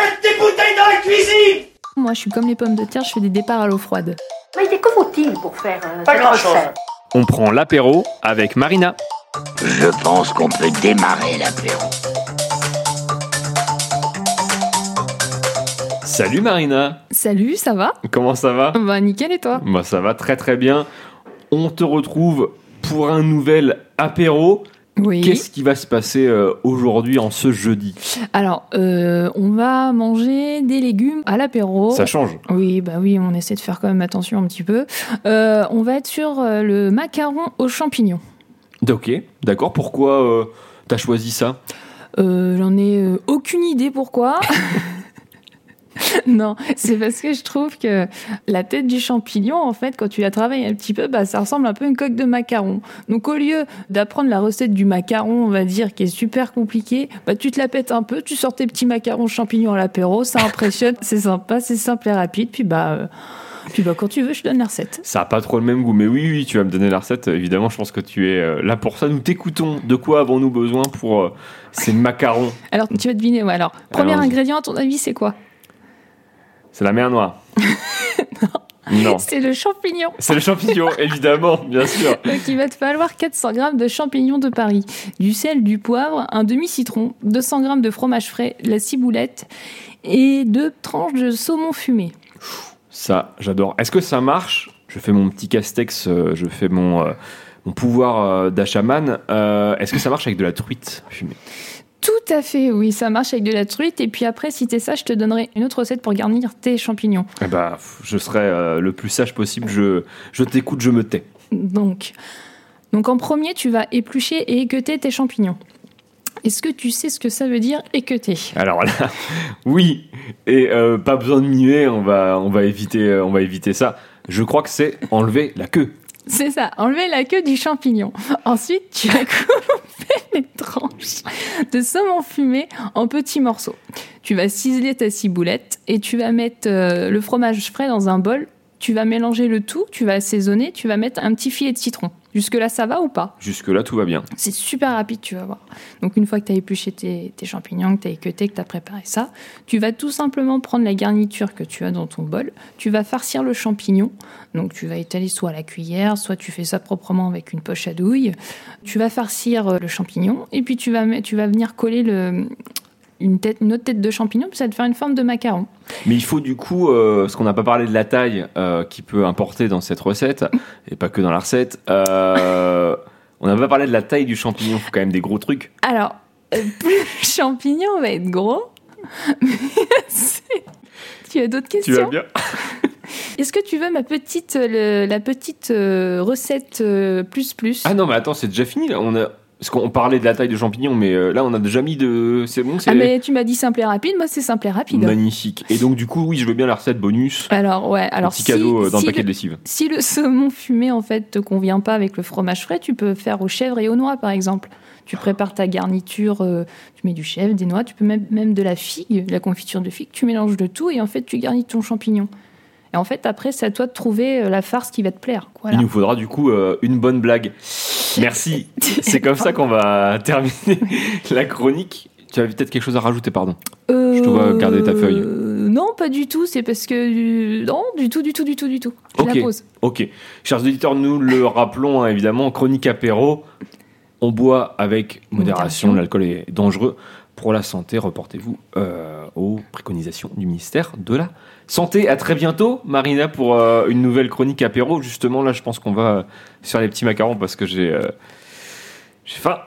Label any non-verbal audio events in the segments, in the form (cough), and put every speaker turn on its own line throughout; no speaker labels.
allez dans la cuisine
Moi, je suis comme les pommes de terre, je fais des départs à l'eau froide.
Mais que faut-il pour faire euh,
Pas
cette
grand-chose.
recette
On prend l'apéro avec Marina.
Je pense qu'on peut démarrer l'apéro.
Salut Marina
Salut, ça va
Comment ça va
Bah nickel et toi
Moi ça va très très bien. On te retrouve pour un nouvel apéro.
Oui.
Qu'est-ce qui va se passer euh, aujourd'hui en ce jeudi
Alors, euh, on va manger des légumes à l'apéro.
Ça change.
Oui, bah oui, on essaie de faire quand même attention un petit peu. Euh, on va être sur euh, le macaron aux champignons.
Ok, d'accord. Pourquoi euh, t'as choisi ça
Euh, J'en ai euh, aucune idée pourquoi. (laughs) non, c'est parce que je trouve que la tête du champignon, en fait, quand tu la travailles un petit peu, bah, ça ressemble un peu à une coque de macaron. Donc, au lieu d'apprendre la recette du macaron, on va dire, qui est super compliquée, bah, tu te la pètes un peu, tu sors tes petits macarons champignons à l'apéro, ça impressionne, (laughs) c'est sympa, c'est simple et rapide, puis bah, euh, puis bah, quand tu veux, je te donne la recette.
Ça a pas trop le même goût, mais oui, oui, tu vas me donner la recette. Évidemment, je pense que tu es euh, là pour ça. Nous t'écoutons. De quoi avons-nous besoin pour euh, ces macarons
Alors, tu vas deviner, ouais, alors, premier
Allons-y.
ingrédient, à ton avis, c'est quoi
C'est la mer (laughs) noire. non.
C'est le champignon.
C'est le champignon, (laughs) évidemment, bien sûr.
Donc il va te falloir 400 grammes de champignons de Paris, du sel, du poivre, un demi-citron, 200 grammes de fromage frais, de la ciboulette et deux tranches de saumon fumé.
Ça, j'adore. Est-ce que ça marche Je fais mon petit castex, euh, je fais mon, euh, mon pouvoir euh, d'achaman. Euh, Est-ce que ça marche avec de la truite fumée
Tout à fait, oui, ça marche avec de la truite. Et puis après, si t'es ça, je te donnerai une autre recette pour garnir tes champignons.
Eh ben, pff, je serai euh, le plus sage possible. Je, je t'écoute, je me tais.
Donc, donc en premier, tu vas éplucher et équeuter tes champignons. Est-ce que tu sais ce que ça veut dire équeuter
Alors là, (laughs) oui, et euh, pas besoin de muer, on va, on, va éviter, euh, on va éviter ça. Je crois que c'est enlever la queue.
C'est ça, enlever la queue du champignon. Ensuite, tu (laughs) vas couper les tranches de saumon fumé en petits morceaux. Tu vas ciseler ta ciboulette et tu vas mettre euh, le fromage frais dans un bol. Tu vas mélanger le tout, tu vas assaisonner, tu vas mettre un petit filet de citron. Jusque-là, ça va ou pas
Jusque-là, tout va bien.
C'est super rapide, tu vas voir. Donc, une fois que tu as épluché tes, tes champignons, que tu as équeuté, que tu as préparé ça, tu vas tout simplement prendre la garniture que tu as dans ton bol. Tu vas farcir le champignon. Donc, tu vas étaler soit à la cuillère, soit tu fais ça proprement avec une poche à douille. Tu vas farcir euh, le champignon et puis tu vas, met- tu vas venir coller le- une, tête, une autre tête de champignon, puis ça va te faire une forme de macaron.
Mais il faut du coup, euh, parce qu'on n'a pas parlé de la taille euh, qui peut importer dans cette recette, et pas que dans la recette, euh, on n'a pas parlé de la taille du champignon, il faut quand même des gros trucs.
Alors, euh, (laughs) plus le champignon va être gros, (laughs) c'est- tu as d'autres questions
bien
Est-ce que tu veux ma petite, euh, le- la petite euh, recette euh, plus plus
Ah non, mais attends, c'est déjà fini là. On a... Parce qu'on parlait de la taille du champignon, mais euh, là on a déjà mis de. C'est bon, c'est
Ah, mais tu m'as dit simple et rapide, moi c'est simple et rapide.
magnifique. Et donc du coup, oui, je veux bien la recette bonus.
Alors ouais, alors
petit
si-
cadeau euh, dans
si
le paquet de
le-
lessive.
si le saumon fumé en fait te convient pas avec le fromage frais, tu peux faire aux chèvres et aux noix par exemple. Tu prépares ta garniture, euh, tu mets du chèvre, des noix, tu peux même, même de la figue, de la confiture de figue, tu mélanges de tout et en fait tu garnis ton champignon. Et en fait après c'est à toi de trouver euh, la farce qui va te plaire. Voilà.
Il nous faudra du coup euh, une bonne blague.
(laughs)
Merci. c'est comme ça qu'on va terminer la chronique. Tu avais peut-être quelque chose à rajouter, pardon. Je te vois garder ta feuille.
Euh, Non, pas du tout. C'est parce que. Non, du tout, du tout, du tout, du tout. Je
Ok.
la pose.
Ok. Chers auditeurs, nous le rappelons hein, évidemment, chronique apéro, on boit avec modération,
Modération.
l'alcool est dangereux pour la santé. Reportez-vous euh, aux préconisations du ministère de la Santé. À très bientôt, Marina, pour euh, une nouvelle chronique apéro. Justement, là, je pense qu'on va euh, se faire les petits macarons parce que j'ai euh, j'ai faim.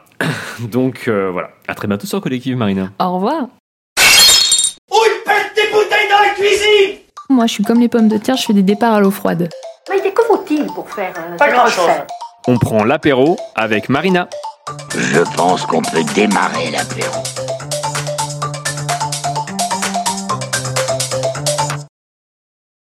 (coughs) Donc euh, voilà, à très bientôt sur Collective, Marina.
Au revoir.
Ou il pète des bouteilles dans la cuisine
Moi, je suis comme les pommes de terre, je fais des départs à l'eau froide.
Mais que faut-il pour faire euh,
Pas
cette
grand-chose.
recette
On prend l'apéro avec Marina.
Je pense qu'on peut démarrer l'apéro.